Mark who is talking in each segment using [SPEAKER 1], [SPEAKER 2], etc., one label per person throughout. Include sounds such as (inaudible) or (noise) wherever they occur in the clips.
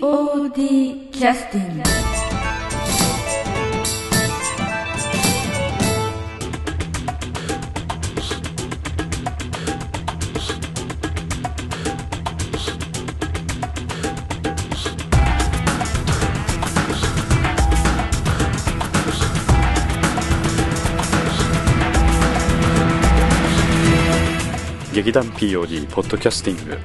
[SPEAKER 1] POD キャスティング
[SPEAKER 2] 劇団 POD ポッドキャスティング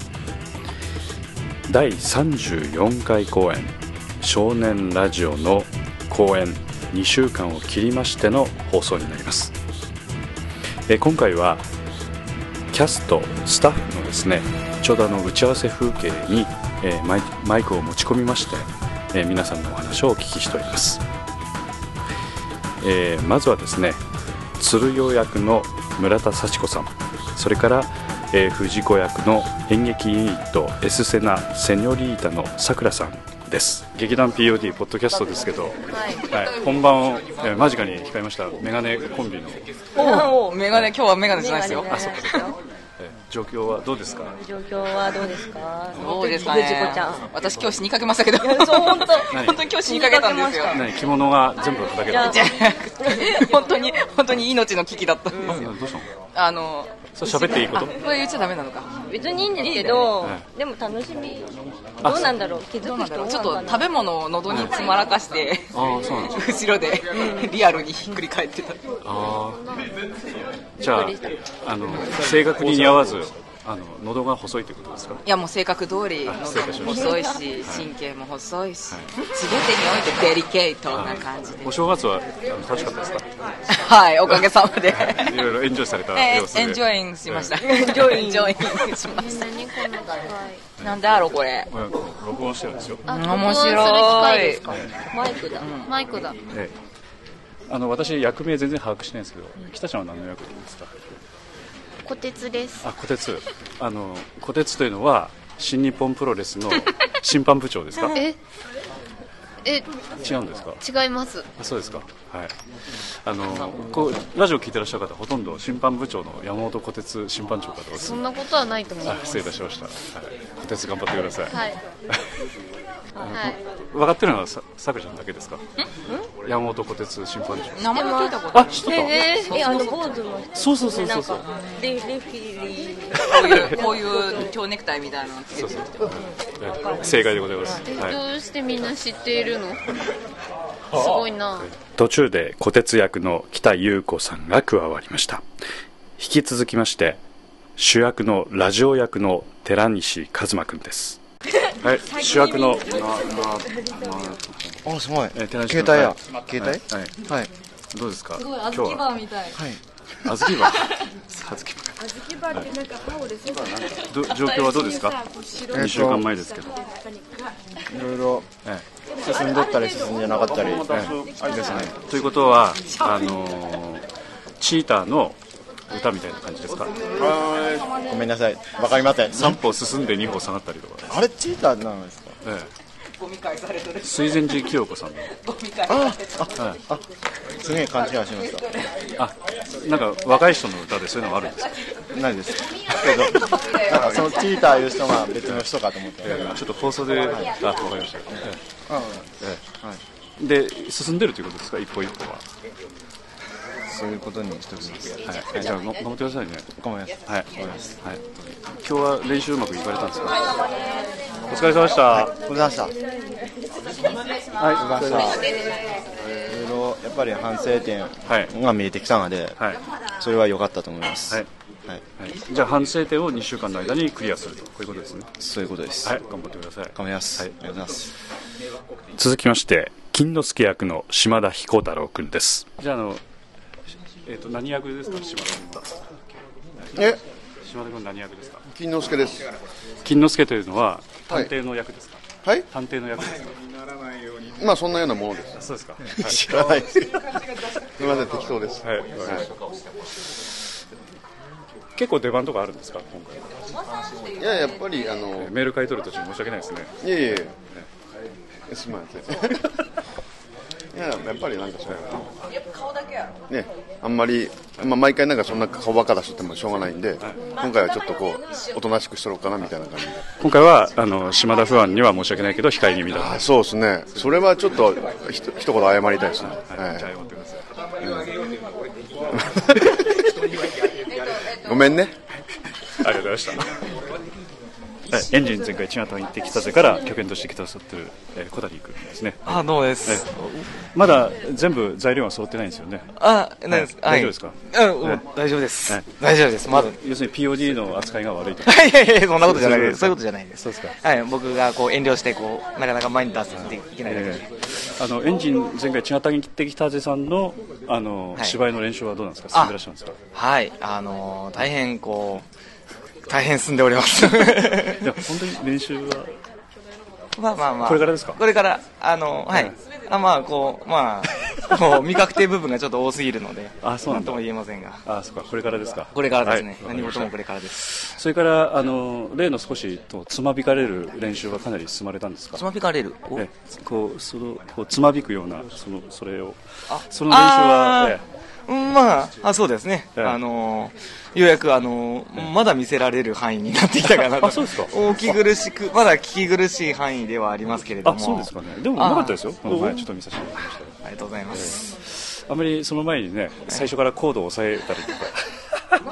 [SPEAKER 2] 第34回公演「少年ラジオ」の公演2週間を切りましての放送になりますえー今回はキャストスタッフのですねちょうどあの打ち合わせ風景に、えーマイマイクを持ち込みまして、えー皆さんのお話をお聞きしております、えーまずはですね鶴代役の村田幸子さんそれから、えー藤子役の演劇ユニットエスセナセニョリータのさくらさんです劇団 POD ポッドキャストですけど、はい、本番を、えー間近に控えましたメガネコンビの、え
[SPEAKER 3] おお、メガネ、今日はメガネじゃないですよ。
[SPEAKER 4] あ、そうですか。
[SPEAKER 2] ー状況はどうですか
[SPEAKER 4] 状況はどうですか。
[SPEAKER 3] どうですか
[SPEAKER 4] 藤子
[SPEAKER 3] ね
[SPEAKER 4] ちゃん。。
[SPEAKER 3] 私今日死にかけましたけど。
[SPEAKER 4] そう本
[SPEAKER 3] (laughs)
[SPEAKER 4] 当。
[SPEAKER 3] 本当に今日死にかけたんですよ。
[SPEAKER 2] 何着物が全部叩けた
[SPEAKER 4] いや
[SPEAKER 3] 本当に、本当に命の危機だったんですよ。
[SPEAKER 2] どうしたの
[SPEAKER 3] (laughs) あの、
[SPEAKER 2] それ喋っていいこ
[SPEAKER 3] あ、
[SPEAKER 2] と
[SPEAKER 3] これ言っちゃダメなのか。
[SPEAKER 4] 別にいいんですけど
[SPEAKER 2] いいね、
[SPEAKER 4] でも楽しみ。どうなんだろう。気づ
[SPEAKER 3] どう
[SPEAKER 4] く
[SPEAKER 3] なんだろ
[SPEAKER 4] 人
[SPEAKER 3] う。ちょ
[SPEAKER 4] 多
[SPEAKER 3] っ
[SPEAKER 4] い
[SPEAKER 3] と
[SPEAKER 4] のか
[SPEAKER 3] 食べ物を喉に詰まらかして、
[SPEAKER 2] ああそうなんです
[SPEAKER 3] 後ろでリアルにひっくり返ってた。
[SPEAKER 2] ああじゃああの正確に似合わずあの喉が細いということですか
[SPEAKER 3] いやもう性格通り
[SPEAKER 2] 失礼いたし
[SPEAKER 3] 喉も
[SPEAKER 2] ました
[SPEAKER 3] 細いし神経も細いし
[SPEAKER 2] はい
[SPEAKER 3] 全てにおいてデリケートな感じで
[SPEAKER 2] お正月はあの楽しかったですか
[SPEAKER 3] はいおかげさまで
[SPEAKER 2] いろいろエンジョイされた
[SPEAKER 3] え
[SPEAKER 2] 様子
[SPEAKER 3] ー、
[SPEAKER 2] で
[SPEAKER 3] エンジョインしました。
[SPEAKER 5] (laughs)
[SPEAKER 2] え
[SPEAKER 3] エンジョイン。しました。なんだろうこれ。
[SPEAKER 2] ーこれ録音してるんですよ、
[SPEAKER 3] 面白い。
[SPEAKER 4] マイクだ。マイクだ。
[SPEAKER 2] ええあの私役名全然把握してないんですけど北ちゃんは何の役なんですか
[SPEAKER 5] 虎鉄です。
[SPEAKER 2] あ虎鉄あの虎鉄というのは新日本プロレスの審判部長です
[SPEAKER 3] (laughs)
[SPEAKER 2] か
[SPEAKER 5] え、え、
[SPEAKER 2] 違うんですか
[SPEAKER 5] 違います。
[SPEAKER 2] あそうですか、はい、あのこうラジオ聞いてらっしゃる方、ほとんど審判部長の山本虎鉄審判長方です
[SPEAKER 5] そ。んなことはないと思い
[SPEAKER 2] あ
[SPEAKER 5] ま
[SPEAKER 2] 失
[SPEAKER 5] す。
[SPEAKER 2] 礼いたしました、はい、虎鉄頑張ってください、
[SPEAKER 5] はい。はい。
[SPEAKER 2] 分かってるのはささくちゃんだけですか、山本虎鉄審判長、
[SPEAKER 3] 名前聞いたこと
[SPEAKER 2] あ知ってた、
[SPEAKER 5] えー、
[SPEAKER 4] え、あの坊主の人。
[SPEAKER 2] そうそうそうそ
[SPEAKER 4] な
[SPEAKER 2] うんそ
[SPEAKER 4] か
[SPEAKER 2] う、
[SPEAKER 4] レレフィリー。
[SPEAKER 3] こういうこういう蝶ネクタイみたいなのつけてる人。
[SPEAKER 2] はい正解でございます、
[SPEAKER 5] え
[SPEAKER 2] はい、
[SPEAKER 5] どうしてみんな知っているの？すごいな。
[SPEAKER 2] 途中で虎鉄役の北優子さんが加わりました引き続きまして主役のラジオ役の寺西一馬くんですはい主役の
[SPEAKER 6] あすごい
[SPEAKER 2] えー手直し
[SPEAKER 6] 携帯や
[SPEAKER 2] はい
[SPEAKER 6] 携帯
[SPEAKER 2] はい
[SPEAKER 6] はい、
[SPEAKER 2] どうで
[SPEAKER 7] (laughs)
[SPEAKER 2] すかすごい小豆バーみたい
[SPEAKER 6] はい
[SPEAKER 2] 小豆
[SPEAKER 6] (laughs)
[SPEAKER 2] バー小豆バーってなんかパオですど状況はどうですか
[SPEAKER 6] え
[SPEAKER 2] 2週間前ですけど
[SPEAKER 6] いろいろ
[SPEAKER 2] え
[SPEAKER 6] 進んどったり進んでなかったり、
[SPEAKER 2] えええ
[SPEAKER 6] あれですね
[SPEAKER 2] ということはあのーチーターの歌みたいな感じですか
[SPEAKER 6] ごめんなさいわかりません
[SPEAKER 2] 3歩進んで2歩下がったりとか、
[SPEAKER 6] あれチーターなんですか
[SPEAKER 2] え
[SPEAKER 3] ゴミ返されてる
[SPEAKER 2] え。水前寺清子さんの
[SPEAKER 3] ゴミ返されてる。
[SPEAKER 6] すげえ勘違いしまし
[SPEAKER 2] あなんか若い人の歌でそういうのがあるんですか
[SPEAKER 6] たないですけどなんかそのチーターいう人が別の人かと思って
[SPEAKER 2] ちょっと放送で、あ、わかりました。
[SPEAKER 6] うん
[SPEAKER 2] で、進んでるということですか、一歩一歩は。
[SPEAKER 6] そういうことにしてほしいです
[SPEAKER 2] はい、じゃあ、の頑張ってくださいね。
[SPEAKER 6] ごめんなさい
[SPEAKER 2] はい、はい。今日は練習うまくいかれたんですか。お疲れ様でした。
[SPEAKER 6] ございましたはいございましたいろいろやっぱり反省点
[SPEAKER 2] はい
[SPEAKER 6] が見えてきたので、
[SPEAKER 2] はい。
[SPEAKER 6] それは良かったと思います
[SPEAKER 2] はい、
[SPEAKER 6] はい、
[SPEAKER 2] はい、じゃあ、反省点を2週間の間にクリアすると、こういうことですね。
[SPEAKER 6] そういうことです、
[SPEAKER 2] はい、頑張ってください。
[SPEAKER 6] 頑張ります、
[SPEAKER 2] はい
[SPEAKER 6] ありがとうございます
[SPEAKER 2] 続きまして、金之助役の島田彦太郎君です。じゃあ、あの。えっと、何役ですか、島田君は。
[SPEAKER 8] え、
[SPEAKER 2] 島田君、何役ですか。
[SPEAKER 8] 金之助です。
[SPEAKER 2] 金之助というのは、探
[SPEAKER 8] はい
[SPEAKER 2] 偵の役ですか。
[SPEAKER 8] はい、
[SPEAKER 2] 探偵の役ですか。
[SPEAKER 8] まあそんなようなものです。
[SPEAKER 2] そうですか。
[SPEAKER 8] 知らないです。すみません、適当です。
[SPEAKER 2] はい、結構出番とかあるんですか、今回。
[SPEAKER 8] いや、やっぱり、あの、
[SPEAKER 2] メール買い取る途中申し訳ないですね。
[SPEAKER 8] いえいえ。すみません。いややっぱりなんかそうやなねあんまり、まあ、毎回なんかそんな顔ばっか出しとってもしょうがないんで、今回はちょっとこうおとなしくしとろうかなみたいな感じで
[SPEAKER 2] 今回はあの島田不安には申し訳ないけど控え気味だ
[SPEAKER 8] あそうですねそれはちょっとひと一言謝りたいですね、はいうん (laughs) ごめんね
[SPEAKER 2] ありがとうございました。エンジン前回、チナタン行ってきたぜから拠点としてきてくださってる、えー、小谷君ですね。
[SPEAKER 7] あ、どうもです。
[SPEAKER 2] まだ全部材料は揃ってないんですよね。
[SPEAKER 7] あ、なんです。は
[SPEAKER 2] はい
[SPEAKER 7] い
[SPEAKER 2] 大丈夫ですか
[SPEAKER 7] うん、もう大丈夫です
[SPEAKER 2] はい。
[SPEAKER 7] 大丈夫です。まだ。
[SPEAKER 2] 要するに POD の扱いが悪いと。
[SPEAKER 7] (laughs) はいやいやいや、そんなことじゃないです。
[SPEAKER 2] そ
[SPEAKER 7] そうういううこと
[SPEAKER 2] いこ
[SPEAKER 7] と
[SPEAKER 2] じ
[SPEAKER 7] じ
[SPEAKER 2] ゃ
[SPEAKER 7] ゃ
[SPEAKER 2] な
[SPEAKER 7] ないい
[SPEAKER 2] で
[SPEAKER 7] ですす。
[SPEAKER 2] そうですか
[SPEAKER 7] はい、僕がこう遠慮して、こう、なかなか前に出せていけないだけで。
[SPEAKER 2] えーあのエンジン前回、チナタンに行ってきたぜさんのあの、
[SPEAKER 7] はい
[SPEAKER 2] 芝居の練習はどうなんですか、進んでらっしゃるんですか。
[SPEAKER 7] はい、あのー、大変こう、大変進んでおります。
[SPEAKER 2] (laughs) いや本当に練習は
[SPEAKER 7] まあまあまあ。
[SPEAKER 2] これからですか
[SPEAKER 7] これから、あの、はい。
[SPEAKER 2] はい
[SPEAKER 7] あまあ、こう、まあ、こう未確定部分がちょっと多すぎるので、
[SPEAKER 2] あそうなんだ
[SPEAKER 7] とも言えませんが。
[SPEAKER 2] あそうかこれからですか
[SPEAKER 7] これからですね。
[SPEAKER 2] はい
[SPEAKER 7] 何事もこれ
[SPEAKER 2] わかりまし
[SPEAKER 7] からです。
[SPEAKER 2] たそれからあの例の少しとつまびかれる練習はかなり進まれたんですか
[SPEAKER 7] つまびかれる。お
[SPEAKER 2] ええこうそのこうつまびくようなそのそれをその練習
[SPEAKER 7] あ
[SPEAKER 2] は、え
[SPEAKER 7] ーうんまあ、あそうですね、
[SPEAKER 2] ええ
[SPEAKER 7] あのーようやく、あのーまだ見せられる範囲になってきたかなと
[SPEAKER 2] あそうですか
[SPEAKER 7] お聞き苦しくまだ聞き苦しい範囲ではありますけれ
[SPEAKER 2] え
[SPEAKER 7] ども
[SPEAKER 2] あそうですかねでもうまかったですよこの前ちょっと見させてもらいまし
[SPEAKER 7] ありがとうございます、
[SPEAKER 2] たあまりその前にね最初からコードを抑えたりとか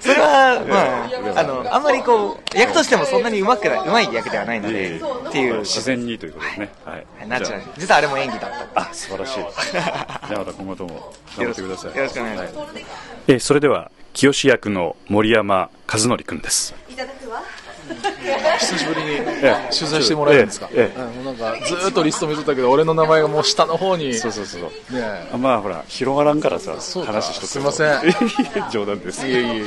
[SPEAKER 7] それは、まあ、あのあんまりこう役としてもそんなにうまくなうまい役ではないので、っていう
[SPEAKER 2] 自然にということですねはい
[SPEAKER 7] はいナチュラル
[SPEAKER 2] じ
[SPEAKER 7] に実はあれも演技だった
[SPEAKER 2] ゃああ素
[SPEAKER 7] (laughs)
[SPEAKER 2] 晴らしいじゃあまた今後とも頑張ってください
[SPEAKER 7] よろしくお願いします、
[SPEAKER 2] えーそれでは清志役の森山和則君です
[SPEAKER 9] 久しぶりに
[SPEAKER 2] ええ
[SPEAKER 9] 取材してもらえるんですか、
[SPEAKER 2] ええ
[SPEAKER 9] うんもうなんかずーっとリスト見てたけど俺の名前がもう下の方に
[SPEAKER 2] そうそうそう
[SPEAKER 9] ねえ
[SPEAKER 2] あまあほら広がらんからさ
[SPEAKER 9] そうか
[SPEAKER 2] 話しとくと
[SPEAKER 9] すいません
[SPEAKER 2] い (laughs) や冗談ですいやいや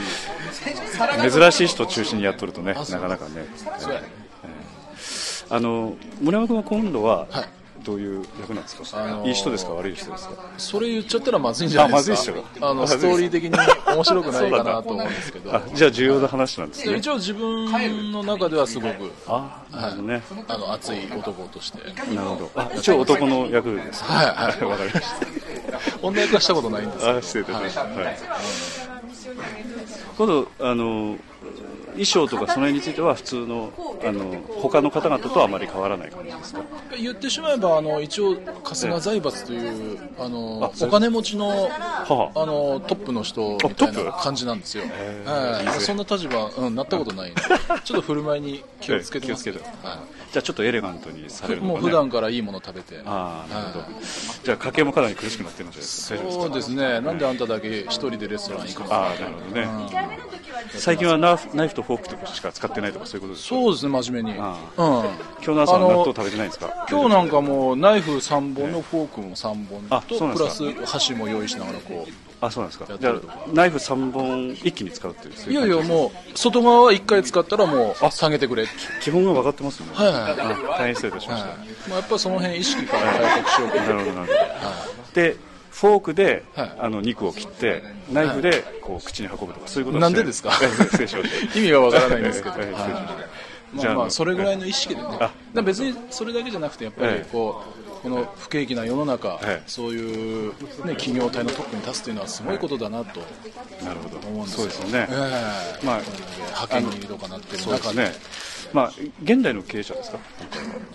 [SPEAKER 2] 珍しい人中心にやっとるとねなかなかね
[SPEAKER 9] そうやね
[SPEAKER 2] あの森山君は今度はどういう役なんですか、いい人ですか悪い人ですか
[SPEAKER 9] それ言っちゃったらまずいんじゃないです
[SPEAKER 2] あまずい
[SPEAKER 9] か
[SPEAKER 2] っしょ
[SPEAKER 9] あのストーリー的に面白くないかなと思うんですけど
[SPEAKER 2] あじゃあ重要な話なんです
[SPEAKER 9] でも
[SPEAKER 2] ね
[SPEAKER 9] 一応自分の中ではすごく
[SPEAKER 2] あなるほどね
[SPEAKER 9] あの熱い男として
[SPEAKER 2] なるほどあ一応男の役ですはいはい (laughs) わかりました
[SPEAKER 9] 女役はしたことないんですけど
[SPEAKER 2] あ失礼いたしました、はい、今度あの衣装とかその辺については普通のあの他の方々とはあまり変わらない感じですか
[SPEAKER 9] 言ってしまえばあの一応春日財閥というあのお金持ちの
[SPEAKER 2] はあ
[SPEAKER 9] あのトップの人みたいな感じなんですよ、はいそんな立場、うん、なったことないん
[SPEAKER 2] (laughs)
[SPEAKER 9] でちょっと振る舞いに気をつけてますけど、
[SPEAKER 2] ええ気をつけて
[SPEAKER 9] は
[SPEAKER 2] じゃあちょっとエレガントにさ
[SPEAKER 9] い
[SPEAKER 2] れるの
[SPEAKER 9] もう
[SPEAKER 2] か、ね、
[SPEAKER 9] 普段からいいもの食べて
[SPEAKER 2] ああなるほど、
[SPEAKER 9] はい
[SPEAKER 2] じゃあ家計もかなり苦しくなってるんじゃないですか大丈夫です
[SPEAKER 9] そうですねなんであんただけ一人でレストラン行くの
[SPEAKER 2] ああなるほどね、最近はナイフナイフとフォークとかしか使ってないとかそういうことですか
[SPEAKER 9] そうですね真面目に、うん、
[SPEAKER 2] あ
[SPEAKER 9] 今
[SPEAKER 2] 今日の朝は納豆食べてないんですか
[SPEAKER 9] 今日なんかもうナイフ3本のフォークも3
[SPEAKER 2] あ
[SPEAKER 9] 本
[SPEAKER 2] そう
[SPEAKER 9] と
[SPEAKER 2] なん
[SPEAKER 9] プ
[SPEAKER 2] で
[SPEAKER 9] ラ
[SPEAKER 2] す
[SPEAKER 9] ス箸も用意しながらこう
[SPEAKER 2] あそうなんですか
[SPEAKER 9] やっ
[SPEAKER 2] じ
[SPEAKER 9] て
[SPEAKER 2] ゃ
[SPEAKER 9] ると
[SPEAKER 2] あナイフ3本一気に使うっていうそう
[SPEAKER 9] いうや
[SPEAKER 2] 感
[SPEAKER 9] い
[SPEAKER 2] じ
[SPEAKER 9] やもう外側は1回使ったらもう下げてくれって
[SPEAKER 2] 基本が分かってますね、
[SPEAKER 9] はいはいはい
[SPEAKER 2] あ大変失礼いたしました、
[SPEAKER 9] まあ、やっぱりその辺意識から改革しようかな
[SPEAKER 2] なるほどなるほど、でフォークで、
[SPEAKER 9] はい
[SPEAKER 2] あの肉を切ってナイフでこう口に運ぶとかそういうこと
[SPEAKER 9] な
[SPEAKER 2] はし
[SPEAKER 9] ん
[SPEAKER 2] て
[SPEAKER 9] でですか
[SPEAKER 2] 失礼しまし
[SPEAKER 9] (laughs)
[SPEAKER 2] た
[SPEAKER 9] 意味がわからないんですけど、
[SPEAKER 2] はい失礼しましたじ
[SPEAKER 9] ま
[SPEAKER 2] ゃあ
[SPEAKER 9] あ、まあそれぐらいの意識でね、だ
[SPEAKER 2] あ
[SPEAKER 9] から別にそれだけじゃなくて、やっぱ
[SPEAKER 2] え
[SPEAKER 9] り
[SPEAKER 2] え
[SPEAKER 9] こうこの不景気な世の中、
[SPEAKER 2] ええ
[SPEAKER 9] そういう、ね、企業体のトップに立つというのはすごいことだなと、
[SPEAKER 2] なるほど
[SPEAKER 9] 思うんです
[SPEAKER 2] そう
[SPEAKER 9] よ
[SPEAKER 2] ですよね、
[SPEAKER 9] ええ
[SPEAKER 2] まあ
[SPEAKER 9] 派遣にとかなってる
[SPEAKER 2] そうで
[SPEAKER 9] 中
[SPEAKER 2] す
[SPEAKER 9] で、
[SPEAKER 2] ねまあ現代の経営者ですか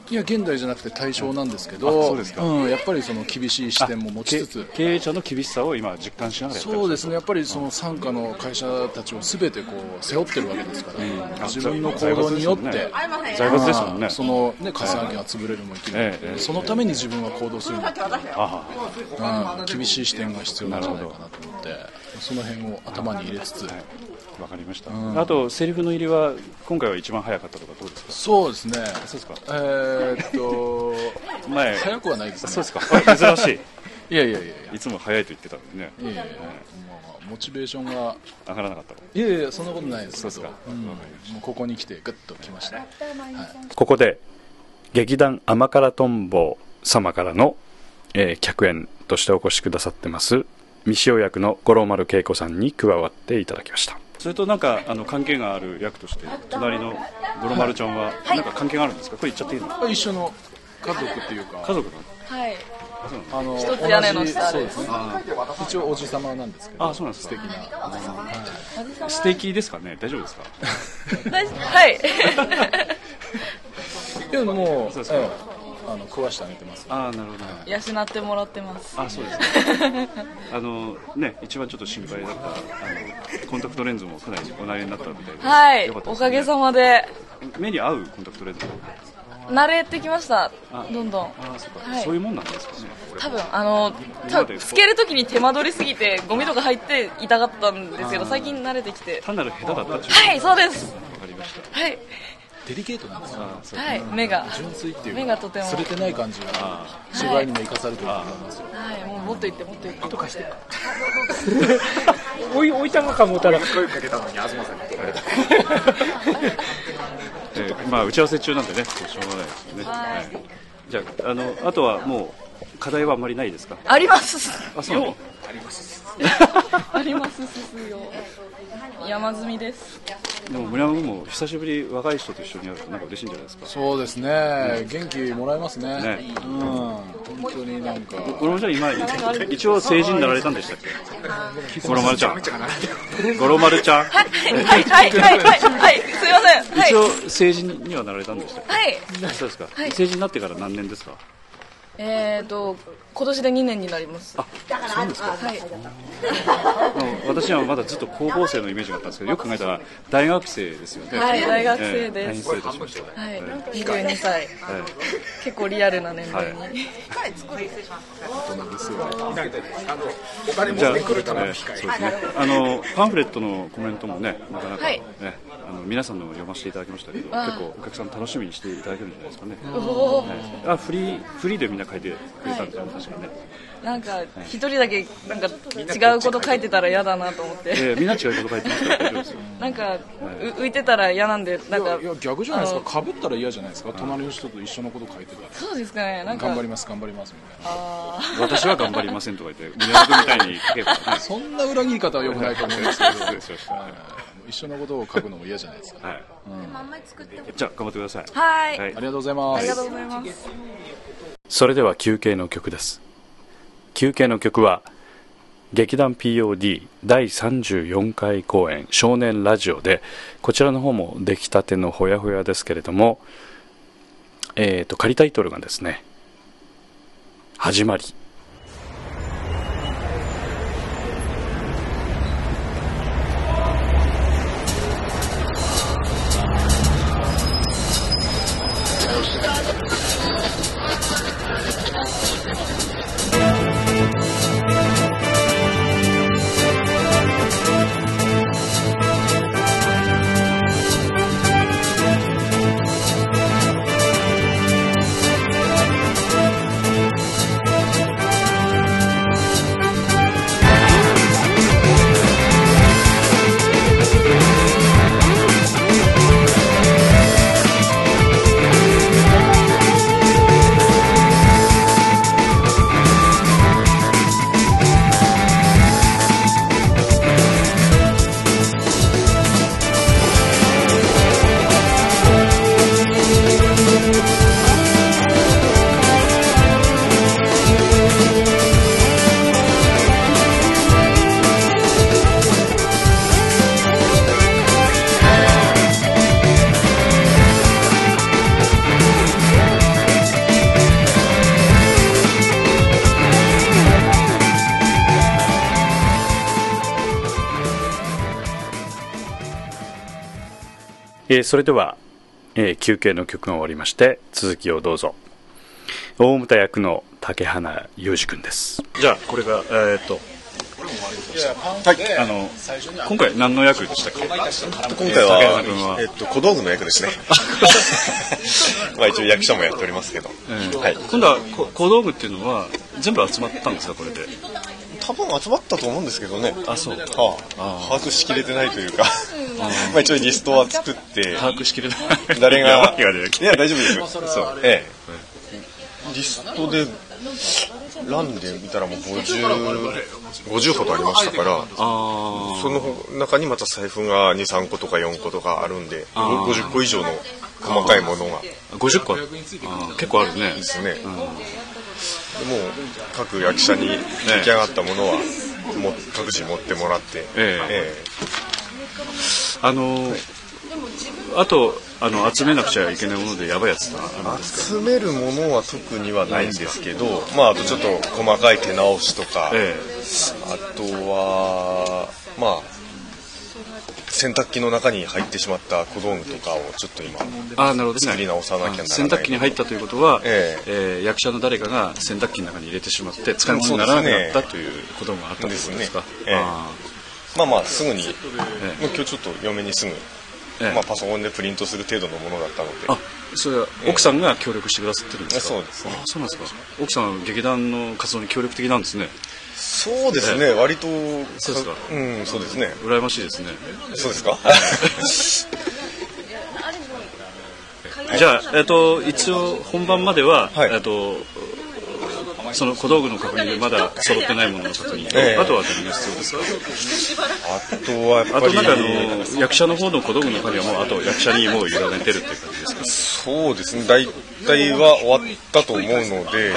[SPEAKER 9] いや現代じゃなくて対象なんですけ
[SPEAKER 2] あ
[SPEAKER 9] ど、
[SPEAKER 2] そうですか
[SPEAKER 9] ん、やっぱりその厳しい視点も持ちつ
[SPEAKER 2] け
[SPEAKER 9] つ。
[SPEAKER 2] 経営者の厳しさを今実感しながらやってらっしゃる
[SPEAKER 9] そうですねやっぱりその傘下の会社たちをすべてこう背負ってるわけですから、自分の行動によって、
[SPEAKER 2] 財閥ですもんね
[SPEAKER 9] あーそのね、加算が潰れるのもいけない、
[SPEAKER 2] ええええ
[SPEAKER 9] そのために自分は行動するんだって、
[SPEAKER 2] あ
[SPEAKER 9] うん厳しい視点が必要なんじゃないかなと思って、その辺を頭に入れつつ、
[SPEAKER 2] あわかりました、あとセリフの入りは今回は一番早かったとかどうです
[SPEAKER 9] そうですね、
[SPEAKER 2] そうですか
[SPEAKER 9] えーっと、
[SPEAKER 2] か前
[SPEAKER 9] 早くはないですね、
[SPEAKER 2] そうですかあ珍し
[SPEAKER 9] (laughs) いやいやいやい
[SPEAKER 2] いいつも早いと言ってたのにね
[SPEAKER 9] やいやいや、まあモチベーションが、
[SPEAKER 2] 上がらなかったわ
[SPEAKER 9] いやいやいや、そんなことないですけ
[SPEAKER 2] そう
[SPEAKER 9] ど、
[SPEAKER 2] ですか
[SPEAKER 9] うんもうここに来て、ぐっと来ました。
[SPEAKER 2] ここで劇団甘辛とんぼ様からの、えー客演としてお越しくださってます未使用役の五郎丸恵子さんに加わっていただきましたそれとなんかあの関係がある役として隣の五郎丸ちゃんはなんか関係があるんですかこれ言っちゃっていいの
[SPEAKER 9] 一緒の家族っていうか
[SPEAKER 2] 家族なの
[SPEAKER 1] はい
[SPEAKER 9] あの
[SPEAKER 3] 一つ屋根の下で
[SPEAKER 9] 同じそうですね一応おじさまなんですけど
[SPEAKER 2] あそうなんですか
[SPEAKER 9] 素敵な
[SPEAKER 2] 素敵ですかね大丈夫
[SPEAKER 3] (laughs)
[SPEAKER 2] ですか
[SPEAKER 3] はい。
[SPEAKER 9] でももう
[SPEAKER 2] そうですか
[SPEAKER 9] うんあの食わしてあげてます
[SPEAKER 2] ああなるほど
[SPEAKER 3] 養ってもらってます。
[SPEAKER 2] あそう
[SPEAKER 3] (laughs)
[SPEAKER 2] ですあのね一番ちょっと心配だったあのコンタクトレンズもかなりおなりになったみたいで
[SPEAKER 3] はい、
[SPEAKER 2] よかった
[SPEAKER 3] お
[SPEAKER 2] ですね
[SPEAKER 3] かげさまで
[SPEAKER 2] 目に合うコンタクトレンズ
[SPEAKER 3] 慣れてきました
[SPEAKER 2] あ。
[SPEAKER 3] どんどん。
[SPEAKER 2] ああそうか、
[SPEAKER 3] はい
[SPEAKER 2] そういうもんなんですかね
[SPEAKER 3] 多分あの
[SPEAKER 2] 今ま
[SPEAKER 3] た
[SPEAKER 2] でこう
[SPEAKER 3] つけるときに手間取りすぎてゴミとか入って痛かったんですけど最近慣れてきて
[SPEAKER 2] 単なる下手だったっていう
[SPEAKER 3] はいそうです
[SPEAKER 2] 分かりました
[SPEAKER 3] はい
[SPEAKER 9] デリケートなんですよ
[SPEAKER 3] はい目が
[SPEAKER 9] 純粋っていうか
[SPEAKER 3] 目がとても
[SPEAKER 9] 擦れてない感じが芝居にも生かされてると思いますよ
[SPEAKER 3] はいもうもっと言ってもっと言って
[SPEAKER 7] おい、置いたのかもたら。 (laughs)
[SPEAKER 2] えーまあ打ち合わせ中なんでね、しょうがないですね。はい。じゃああのあとはもう課題はあまりないですか。
[SPEAKER 3] あります
[SPEAKER 2] あそうなの。
[SPEAKER 3] (laughs) ありますすすよ山積みです
[SPEAKER 2] でも村山君も久しぶり若い人と一緒にやるとなんか嬉しいんじゃないですか。
[SPEAKER 9] そうですね元気もらえますね
[SPEAKER 2] ね
[SPEAKER 9] うん本当になんか
[SPEAKER 2] 五郎ちゃん今一応成人になられたんでしたっけ。五郎丸ちゃん。五郎丸ちゃん。
[SPEAKER 3] はいはいはいはいはいはいすいませんはい
[SPEAKER 2] 一応成人にはなられたんでしたっ
[SPEAKER 3] はい
[SPEAKER 2] け。そうですか。成人になってから何年ですか。
[SPEAKER 3] えーと今年で2年になります
[SPEAKER 2] うん私はまだずっと高校生のイメージがあったんですけど、よく考えたら大学生ですよね。
[SPEAKER 3] はい大学
[SPEAKER 2] え
[SPEAKER 3] 生
[SPEAKER 2] え大
[SPEAKER 3] で
[SPEAKER 2] 変
[SPEAKER 3] す
[SPEAKER 2] 失礼いたしました。
[SPEAKER 3] はい22歳
[SPEAKER 2] はい
[SPEAKER 3] 結構リアルな年齢
[SPEAKER 2] は
[SPEAKER 3] に
[SPEAKER 2] じゃあ、えーそうですね。あのパンフレットのコメントもね、なかなか、
[SPEAKER 3] はい
[SPEAKER 2] ね、あの皆さんの読ませていただきましたけど、結構お客さん楽しみにしていただけるんじゃないですかね。ねあ、フリーフリーでみんな書いてくれたんですよね、確かね。
[SPEAKER 3] なんか一人だけなんか違うこと書いてたら嫌だなと思って
[SPEAKER 2] えーみんな違うこと書いてますから大丈夫ですよ。
[SPEAKER 3] なんかう浮いてたら嫌なんでなんか
[SPEAKER 9] いや逆じゃないですか被ったら嫌じゃないですか隣の人と一緒のこと書いてたら
[SPEAKER 3] そうですかねなんか
[SPEAKER 9] 頑張ります頑張りますみたいな
[SPEAKER 2] 私は頑張りませんとか言って、宮本みたいに書けば、ね、
[SPEAKER 9] (laughs) そんな裏切り方はよくないと思うんですけ
[SPEAKER 2] (laughs)
[SPEAKER 9] ど
[SPEAKER 2] 失礼しました
[SPEAKER 9] はい一緒のことを書くのも嫌じゃないですか
[SPEAKER 2] はい。じゃあ頑張ってください。
[SPEAKER 3] はい
[SPEAKER 2] は
[SPEAKER 9] ありがとうございます
[SPEAKER 3] ございます
[SPEAKER 2] それでは休憩の曲です休憩の曲は劇団 POD 第34回公演「少年ラジオで」こちらの方も出来たてのほやほやですけれどもえー、と仮タイトルがですね「始まり」えーそれでは、えー休憩の曲が終わりまして続きをどうぞ大牟田役の竹花裕二君ですじゃあこれがえーっとはい、あの今回何の役でしたっけ
[SPEAKER 10] 今回
[SPEAKER 2] 竹山君は
[SPEAKER 10] は、えっと、小道具の役ですね。まあ一応役者もやっておりますけど。はい。
[SPEAKER 2] 今度はこ小道具っていうのは全部集まったんですかこれで
[SPEAKER 10] 多分集まったと思うんですけどね。
[SPEAKER 2] あそう
[SPEAKER 10] はあ、把握しきれてないというか。 (laughs) まあ一応リストは作って、
[SPEAKER 2] 把握しきれない
[SPEAKER 10] 誰
[SPEAKER 2] いや
[SPEAKER 10] が
[SPEAKER 2] 訳が出てき、
[SPEAKER 10] (laughs) いや大丈夫ですよ。そう。ええ。リストで、ランで見たらもう50、50ほどありましたから、
[SPEAKER 2] あ
[SPEAKER 10] その中にまた財布が2、3個とか4個とかあるんで、50個以上の細かいものが。
[SPEAKER 2] あ50個あるあー結構あるね
[SPEAKER 10] ですね。もう各役者に出来上がったものは、もう各自持ってもらって、
[SPEAKER 2] ええ
[SPEAKER 10] え
[SPEAKER 2] あのあとあの集めなくちゃいけないものでやばいやつだ
[SPEAKER 10] え集めるものは特にはないんですけど、まあ、あとちょっと細かい手直しとか、
[SPEAKER 2] え
[SPEAKER 10] あとは、まあ、洗濯機の中に入ってしまった小道具とかをちょっと今、
[SPEAKER 2] あーなるほどね
[SPEAKER 10] 作り直さなきゃならない
[SPEAKER 2] 洗濯機に入ったということは、
[SPEAKER 10] え
[SPEAKER 2] えー役者の誰かが洗濯機の中に入れてしまって使い物にならなくなったということがあったということですか
[SPEAKER 10] ですねええ
[SPEAKER 2] あ
[SPEAKER 10] まあまあすぐに、
[SPEAKER 2] え
[SPEAKER 10] もう今日ちょっと嫁にすぐ、
[SPEAKER 2] ええ
[SPEAKER 10] まあ、パソコンでプリントする程度のものだったので
[SPEAKER 2] ーあそれは奥さんが協力してくださってるんですか
[SPEAKER 10] そうですね
[SPEAKER 2] あそうなんですか奥さんは劇団の活動に協力的なんですね
[SPEAKER 10] そうですね、
[SPEAKER 2] ええ
[SPEAKER 10] 割と
[SPEAKER 2] そうですか
[SPEAKER 10] うんそうですね
[SPEAKER 2] 羨ましいですね
[SPEAKER 10] そうですか
[SPEAKER 2] じゃあ、えっと、一応本番までは、
[SPEAKER 10] はい
[SPEAKER 2] えっと、その小道具の確認でまだ揃ってないものの確認と、
[SPEAKER 10] ええ
[SPEAKER 2] あとは何が必要ですか
[SPEAKER 10] あとはやっ
[SPEAKER 2] あ
[SPEAKER 10] ぱ
[SPEAKER 2] と
[SPEAKER 10] り
[SPEAKER 2] なんかあの役者の方の小道具の確認はもうあと役者にもう委ねてるっていう感じですか
[SPEAKER 10] そうですね大体は終わったと思うので、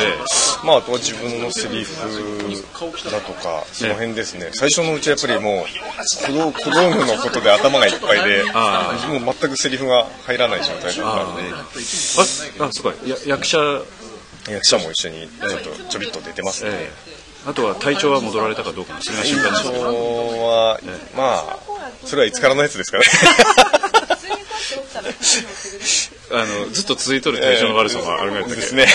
[SPEAKER 10] まあ、あとは自分のセリフだとかその辺ですね、最初のうちはやっぱりもう小道小道具のことで頭がいっぱいで
[SPEAKER 2] あ
[SPEAKER 10] もう全くセリフが入らない状態だったので
[SPEAKER 2] ああそうかや役者、
[SPEAKER 10] 役者も一緒にちょっとちょびっと出てますね、
[SPEAKER 2] ええあとは体調は戻られたかどうかもしれない
[SPEAKER 10] 印
[SPEAKER 2] 心
[SPEAKER 10] 象
[SPEAKER 2] 配ですけど
[SPEAKER 10] は、まあ、それはいつからのやつですからね。
[SPEAKER 2] (laughs) あのずっと続いとる体調の悪さはあるぐらいだけ
[SPEAKER 10] ですね。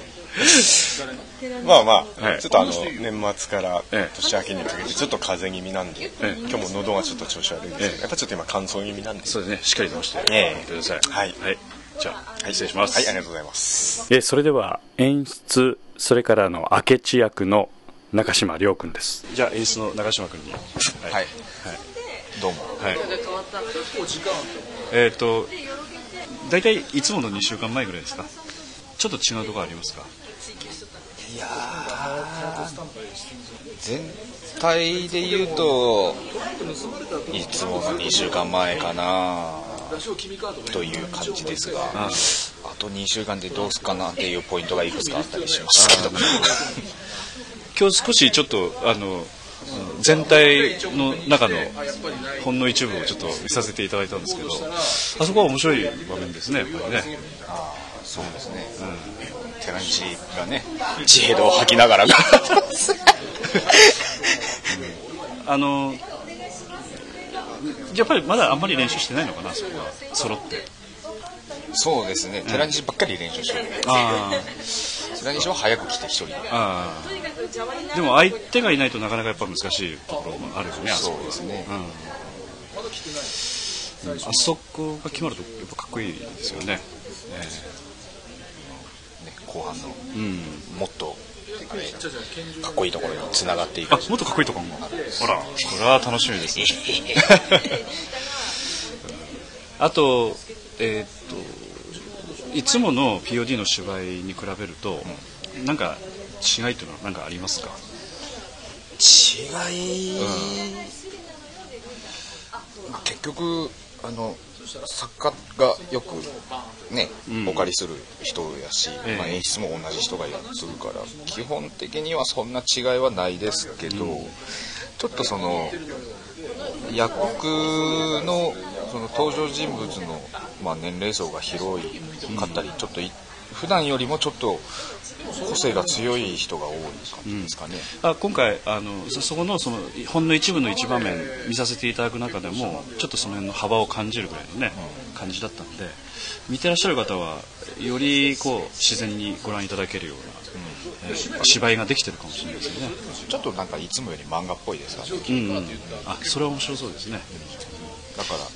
[SPEAKER 2] (laughs)
[SPEAKER 10] まあまあ、
[SPEAKER 2] はい
[SPEAKER 10] ちょっとあの年末から
[SPEAKER 2] ええ
[SPEAKER 10] 年明けにかけてちょっと風邪気味なんで、
[SPEAKER 2] ええ
[SPEAKER 10] 今日も喉がちょっと調子悪いんですけど、
[SPEAKER 2] ええ
[SPEAKER 10] やっぱちょっと今乾燥気味なんで
[SPEAKER 2] そうですねしっかり直してや
[SPEAKER 10] ええ
[SPEAKER 2] ってください、
[SPEAKER 10] はい
[SPEAKER 2] はい、じゃあ失礼します、
[SPEAKER 10] はいありがとうございます
[SPEAKER 2] えそれでは演出それからの明智役の中島亮君ですじゃあ演出の中島君にはい、
[SPEAKER 10] はいどうも
[SPEAKER 2] はいえっ、と大体いつもの2週間前ぐらいですかちょっと違うところありますか
[SPEAKER 11] いやー全体で言うといつもの2週間前かなという感じですがあと2週間でどうすっかなっていうポイントがいくつかあったりしますけど
[SPEAKER 2] 今日少しちょっとあの全体の中のほんの一部をちょっと見させていただいたんですけどあそこは面白い場面ですねやっぱりね
[SPEAKER 11] そうですね、寺西がね地平道を吐きな
[SPEAKER 2] (laughs)
[SPEAKER 11] がらが
[SPEAKER 2] あのやっぱりまだあんまり練習してないのかなそこは揃って
[SPEAKER 11] そうですね寺西ばっかり練習してる
[SPEAKER 2] ああ
[SPEAKER 11] 寺西は早く来て一人で
[SPEAKER 2] ああでも相手がいないとなかなかやっぱ難しいところもあるよねあそこ
[SPEAKER 11] そうですね
[SPEAKER 2] うんあそこが決まるとやっぱかっこいいですよね
[SPEAKER 11] ね後半の
[SPEAKER 2] うん
[SPEAKER 11] もっとあれかっこいいところにつながっていく
[SPEAKER 2] あもっとかっこいいとこもほらこれは楽しみ (laughs) ですねあとえーっといつもの POD の芝居に比べると、なんか違いというのは何かありますか
[SPEAKER 11] 違い、結局あの作家がよくね、
[SPEAKER 2] ん
[SPEAKER 11] お借りする人やし、
[SPEAKER 2] ええ
[SPEAKER 11] まあ、演出も同じ人がやってるから基本的にはそんな違いはないですけど、ちょっとその役のその登場人物の、まあ、年齢層が広いかったり、ちょっとい普段よりもちょっと個性が強い人が多い感じですかね。
[SPEAKER 2] あ今回あのそそこのそのほんの一部の一場面見させていただく中でもちょっとその辺の幅を感じるぐらいのね感じだったので見てらっしゃる方はよりこう自然にご覧いただけるような、えー芝居ができてるかもしれないですよね、
[SPEAKER 11] ちょっとなんかいつもより漫画っぽいですかね
[SPEAKER 2] うんうん、あそれは面白そうですね
[SPEAKER 11] だからもう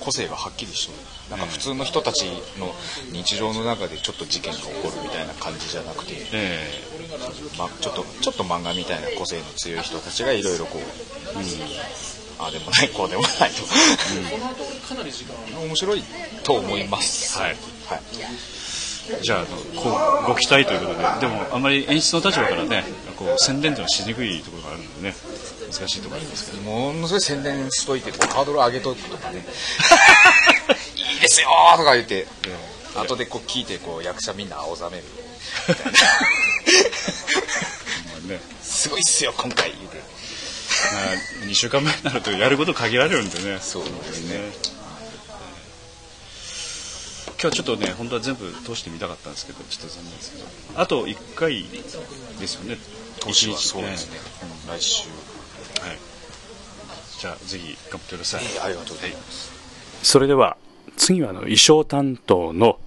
[SPEAKER 11] 個性がはっきりしてるなんか普通の人たちの日常の中でちょっと事件が起こるみたいな感じじゃなくて、
[SPEAKER 2] え
[SPEAKER 11] ま、ちょっとちょっと漫画みたいな個性の強い人たちがいろいろこう、ああでもないこうでもないと、 (laughs) 面白いと思います
[SPEAKER 2] はい
[SPEAKER 11] はい
[SPEAKER 2] ーじゃああのこうご期待ということででもあんまり演出の立場からねこう宣伝というのはしにくいところがあるのでね難しいところありますけど
[SPEAKER 11] ものすごい宣伝しといてこうハードル上げとくとかねいいですよーとか言って、後でこう聞いてこう役者みんな青ざめるすごいっすよ今回言うて
[SPEAKER 2] 2週間前になるとやること限られるんでねそうですね今日ちょっとね本当は全部通してみたかったんですけどちょっと残念ですけどあと1回ですよね
[SPEAKER 11] 投資はそうですね、来週
[SPEAKER 2] はいじゃあぜひ頑張ってください、、
[SPEAKER 11] ありがとうございます
[SPEAKER 2] それでは次はあの衣装担当の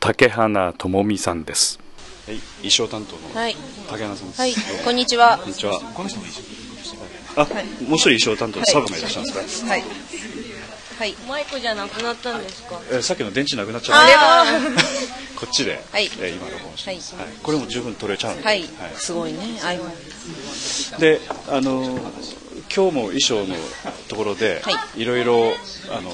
[SPEAKER 2] 竹花智美さんですはい衣装担当の
[SPEAKER 5] はい。
[SPEAKER 2] 竹花さんです、
[SPEAKER 5] はい。こんにちは
[SPEAKER 2] こん。にちはこの人も衣装あ、もう一人衣装担当のサブがいらっしゃるんですか、
[SPEAKER 5] はい。はい。
[SPEAKER 1] マイクじゃなくなったんですか
[SPEAKER 2] えーさっきの電池なくなっちゃった
[SPEAKER 5] あ
[SPEAKER 2] こっちで、
[SPEAKER 5] はい
[SPEAKER 2] えー今録音して
[SPEAKER 5] はい。
[SPEAKER 2] はい、これも十分取れちゃうんで、
[SPEAKER 5] はい。すごいね。iPhone。
[SPEAKER 2] であの今日も衣装のところで、、
[SPEAKER 5] はい
[SPEAKER 2] ろいろあの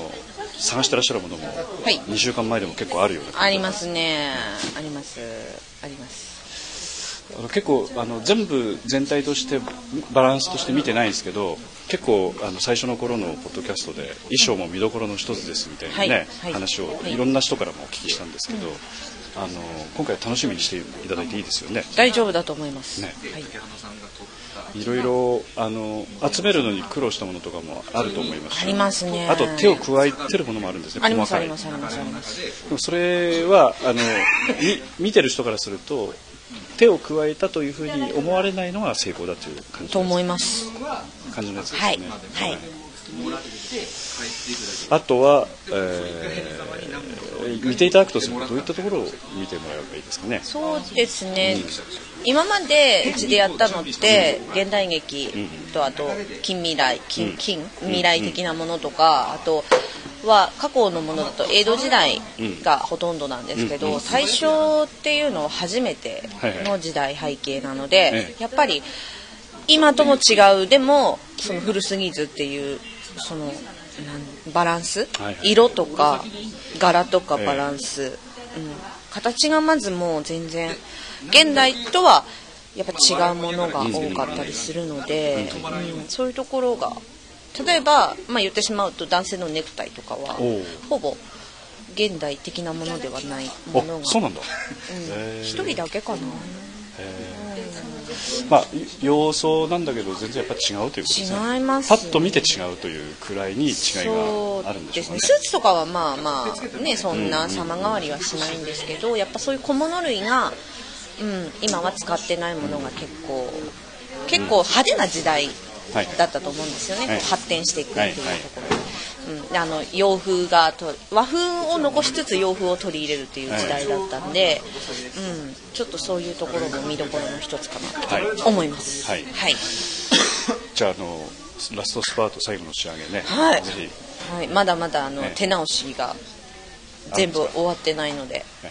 [SPEAKER 2] 探してらっしゃるものも、
[SPEAKER 5] はい
[SPEAKER 2] 2週間前でも結構あるような
[SPEAKER 5] ありますね。あります。あります。
[SPEAKER 2] あの結構あの全部全体としてバランスとして見てないんですけど結構あの最初の頃のポッドキャストで衣装も見どころの一つですみたいなね、
[SPEAKER 5] はいはい
[SPEAKER 2] 話を
[SPEAKER 5] はい
[SPEAKER 2] いろんな人からもお聞きしたんですけど、あの今回は楽しみにしていただいていいですよね。
[SPEAKER 5] 大丈夫だと思います。
[SPEAKER 2] ね
[SPEAKER 5] はい。
[SPEAKER 2] いろいろあの集めるのに苦労したものとかもあると思いますし
[SPEAKER 5] ありますね
[SPEAKER 2] あと手を加えてるものもあるんですね
[SPEAKER 5] あります
[SPEAKER 2] 細
[SPEAKER 5] あ
[SPEAKER 2] かい
[SPEAKER 5] りますありますあります。
[SPEAKER 2] でもそれはあのみ見てる人からすると手を加えたというふうに思われないのが成功だという感じ
[SPEAKER 5] と思います。
[SPEAKER 2] 感じのやつですね、
[SPEAKER 5] はいはい。
[SPEAKER 2] あとは、えー見ていただくとするとどういったところを見てもらえばいいですかね
[SPEAKER 5] そうですね、今までうちでやったのって現代劇とあと近未来近近未来的なものとかあとは過去のものだと江戸時代がほとんどなんですけど最初っていうのは初めての時代背景なので
[SPEAKER 2] え
[SPEAKER 5] やっぱり今とも違うでもその古すぎずっていうそのなんバランス
[SPEAKER 2] はいはい
[SPEAKER 5] 色とか柄とかバランス、うん、形がまずもう全然現代とはやっぱ違うものが多かったりするので、うん、そういうところが例えば、まあ、言ってしまうと男性のネクタイとかは
[SPEAKER 2] おう
[SPEAKER 5] ほぼ現代的なものではないものが
[SPEAKER 2] あそうなんだ、
[SPEAKER 5] うん一人だけかな
[SPEAKER 2] まあ様相なんだけど全然やっぱ違うということですね
[SPEAKER 5] 違います
[SPEAKER 2] パ
[SPEAKER 5] ね
[SPEAKER 2] ッと見て違うというくらいに違いがあるんでしょうかね
[SPEAKER 5] そうですねスーツとかはまあまあねそんな様変わりはしないんですけどやっぱそういう小物類が、うん、今は使ってないものが結構結構派手な時代だったと思うんですよね、
[SPEAKER 2] はい
[SPEAKER 5] こう発展していくっていうところ
[SPEAKER 2] はいは
[SPEAKER 5] うんで、あの洋風がと和風を残しつつ洋風を取り入れるっていう時代だったんで、うん、ちょっとそういうところも見どころの一つかなと思います。
[SPEAKER 2] はい
[SPEAKER 5] はい
[SPEAKER 2] じゃああのラストスパート最後の仕上げね、
[SPEAKER 5] はい
[SPEAKER 2] ぜひ
[SPEAKER 5] はい、まだまだあの、
[SPEAKER 2] ええ
[SPEAKER 5] 手直しが全部終わってないので、
[SPEAKER 2] え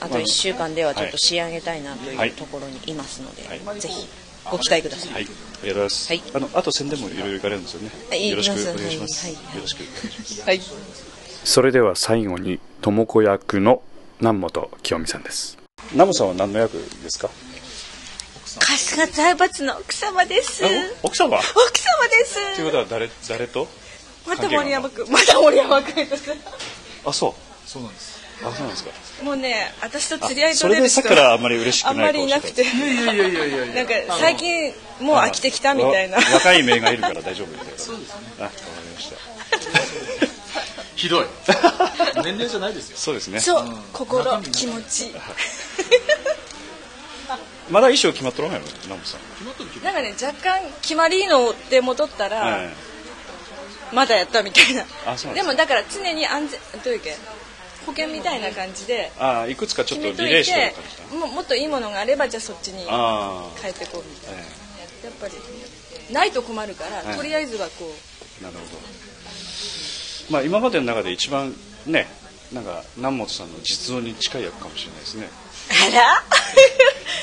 [SPEAKER 5] あと1週間ではちょっと仕上げたいなと
[SPEAKER 2] はいいう
[SPEAKER 5] ところにいますので、
[SPEAKER 2] はい
[SPEAKER 5] ぜひご期待ください。
[SPEAKER 2] はい、ありがとうございます。
[SPEAKER 5] はい
[SPEAKER 2] あの、あと宣伝もいろいろ行かれるんですよ
[SPEAKER 5] はい
[SPEAKER 2] ね。よろしくお願いします。
[SPEAKER 5] 行きますはい
[SPEAKER 2] よろしくお願いします。
[SPEAKER 5] はい
[SPEAKER 2] それでは最後に、ともこ役の南本清美さんです。南本さんは何の役ですか。
[SPEAKER 1] 春日財閥の奥様です
[SPEAKER 2] あお奥様。
[SPEAKER 1] 奥様で
[SPEAKER 2] とい
[SPEAKER 1] す
[SPEAKER 2] うことは、誰、誰と。
[SPEAKER 1] また森山君また森山君
[SPEAKER 2] あ、そう。
[SPEAKER 9] そうなんです。
[SPEAKER 2] あ、そうなんですか。
[SPEAKER 1] もうね私と
[SPEAKER 2] あ
[SPEAKER 1] 釣り合い
[SPEAKER 2] そ
[SPEAKER 1] 取
[SPEAKER 2] れ
[SPEAKER 1] れ
[SPEAKER 2] で
[SPEAKER 1] る
[SPEAKER 2] さっ
[SPEAKER 1] 人
[SPEAKER 2] きからあんまり嬉し
[SPEAKER 1] あ
[SPEAKER 2] く
[SPEAKER 1] ん
[SPEAKER 2] ない
[SPEAKER 1] ま
[SPEAKER 2] 顔
[SPEAKER 1] りい
[SPEAKER 2] して
[SPEAKER 1] な
[SPEAKER 2] た
[SPEAKER 1] くてなんか最近もう飽きてきたみたいな
[SPEAKER 2] あのわ若い目がいるから大丈夫み
[SPEAKER 9] (laughs)
[SPEAKER 2] たいな。そうですね。あ、わかりました。
[SPEAKER 9] ひどい。年齢じゃないですよ。
[SPEAKER 2] そうですね。
[SPEAKER 1] そう心気持ち
[SPEAKER 2] まだ衣装決まっとらないの、南本さん。
[SPEAKER 1] なんかね若干決まりのって戻ったら、
[SPEAKER 2] え
[SPEAKER 1] まだやったみたいな
[SPEAKER 2] あそうなんで
[SPEAKER 1] です
[SPEAKER 2] か
[SPEAKER 1] もだから常に安全どういうけ保険みたいな感じで
[SPEAKER 2] えあ、いくつかちょっ
[SPEAKER 1] 決
[SPEAKER 2] と
[SPEAKER 1] め
[SPEAKER 2] リ
[SPEAKER 1] とい
[SPEAKER 2] レーして
[SPEAKER 1] て
[SPEAKER 2] る感じだ。
[SPEAKER 1] ももっといいものがあればじゃあそっちに
[SPEAKER 2] ああ。
[SPEAKER 1] 変えてこうみた
[SPEAKER 2] え
[SPEAKER 1] いなやっぱりないと困るから、
[SPEAKER 2] はい
[SPEAKER 1] とりあえずはこ
[SPEAKER 2] なるほど。まあ今までの中で一番ね、なんか南本さんの実像に近い役かもしれないですね。
[SPEAKER 1] うあら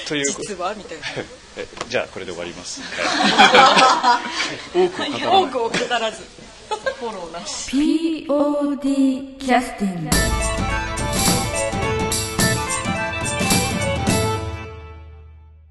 [SPEAKER 2] ということ
[SPEAKER 1] 実はみたいな
[SPEAKER 2] (laughs) えじゃあこれで終わります。
[SPEAKER 1] 多くを語らずフォローなし
[SPEAKER 12] POD キャスティング